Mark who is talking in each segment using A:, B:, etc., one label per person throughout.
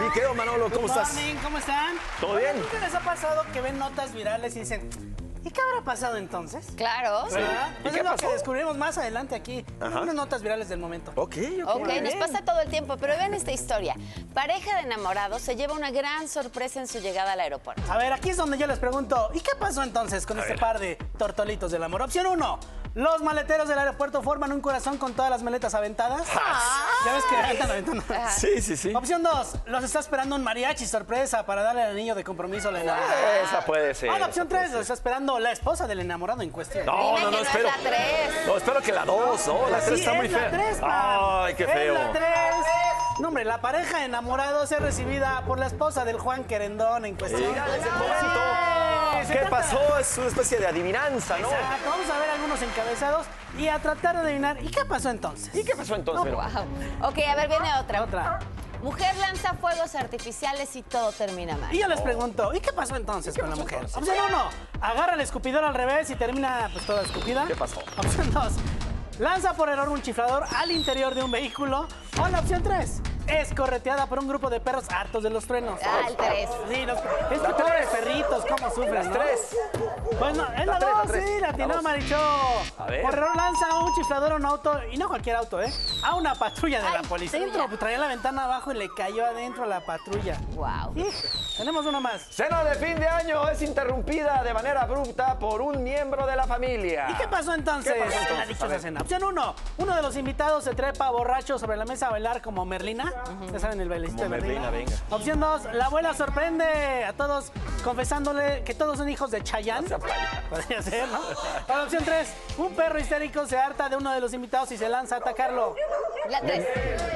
A: mi querido Manolo, ¿cómo
B: Good
A: estás?
B: morning, ¿cómo están?
A: ¿Todo
B: Oye,
A: bien?
B: ¿Nunca les ha pasado que ven notas virales y dicen, ¿y qué habrá pasado entonces?
C: Claro.
B: ¿Verdad?
A: ¿Y
B: Pues
A: qué
B: es lo que
A: pasó?
B: descubriremos más adelante aquí.
A: Ajá.
B: Unas notas virales del momento.
A: Ok, ok.
C: Ok,
A: muy
C: nos
A: bien.
C: pasa todo el tiempo, pero vean esta historia. Pareja de enamorados se lleva una gran sorpresa en su llegada al aeropuerto.
B: A ver, aquí es donde yo les pregunto, ¿y qué pasó entonces con este par de tortolitos del amor? Opción 1. Los maleteros del aeropuerto forman un corazón con todas las maletas aventadas.
A: Ah.
B: Ya ves que aventan, aventan.
A: Sí, sí, sí.
B: Opción 2. Los está esperando un mariachi sorpresa para darle el anillo de compromiso a la enamorada.
A: Esa puede ser.
B: Ah, la opción
A: esa puede
B: 3. Los está esperando la esposa del enamorado en cuestión.
A: No,
C: Dime
A: no,
C: que
A: no,
C: no es
A: espero.
C: la tres.
A: No, espero que la 2, ¿no? La 3
B: Sí,
A: está muy
B: es
A: fea.
B: La tres, man.
A: Ay, qué
B: Es
A: feo.
B: la tres. No, hombre, la pareja de enamorados es recibida por la esposa del Juan Querendón en cuestión.
A: Mira, es el
B: Sí,
A: momento.
B: se
A: ¿Qué
B: trata-
A: pasó? Es una especie de adivinanza, ¿no?
B: Exacto, Vamos a ver algunos encabezados y a tratar de adivinar. ¿Y qué pasó entonces?
A: ¿Y qué pasó entonces? Mira,
B: pues,
C: Wow. Ok, a ver, viene otra.
B: Otra.
C: Mujer lanza fuegos artificiales y todo termina mal.
B: Y yo les pregunto, ¿y qué pasó entonces con la mujer? Opción 1, agarra el escupidor al revés y termina pues toda escupida.
A: ¿Qué pasó?
B: Opción 2, lanza por error un chiflador al interior de un vehículo. O la opción 3, es correteada por un grupo de perros hartos de los truenos.
C: Ah, el tres.
B: Sí, los, es que pobres perritos, ¿cómo sufren?
A: Las
B: no?
A: tres.
B: Bueno, es
A: La
B: la
A: tres, la
B: dos,
A: tres.
B: sí,
A: La
B: la tiene
A: dos.
B: Marichó.
A: A ver.
B: Por error lanza a un chiflador a un auto, y no cualquier auto, ¿eh? A una patrulla de
C: Ay,
B: la policía.
C: patrulla.
B: Entró, traía la ventana abajo y le cayó adentro a la patrulla.
C: Wow.
B: Ih, Tenemos una más.
A: Cena de fin de año es interrumpida de manera abrupta por un miembro de la familia.
B: ¿Y qué pasó entonces?
A: ¿Qué pasó
B: en
A: entonces?
B: la
A: A
B: dichosa
A: ver.
B: cena? Opción 1. Uno de los invitados se trepa borracho sobre la mesa a bailar como Merlina. ¿Ustedes saben el bailecito
A: Como
B: de Merlina?
A: Merlina, venga.
B: Opción 2. La abuela sorprende a todos confesándole que todos son hijos de Chayanne. Podría ser, ¿no? O la opción 3. Un perro histérico se harta de uno de los invitados y se lanza a atacarlo.
C: La tres.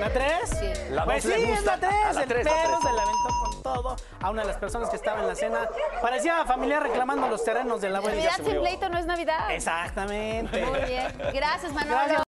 B: ¿La 3?
A: La
B: pues
A: dos
B: sí,
A: le
B: es
A: gusta.
B: la 3.
A: A la
B: El
A: tres, la
B: perro
A: tres.
B: se la aventó con todo a una de las personas que estaba en la cena. Parecía familiar reclamando los terrenos de la abuela.
C: Navidad sin pleito no es Navidad.
B: Exactamente.
C: Muy bien. Gracias, Manolo.
B: Gracias.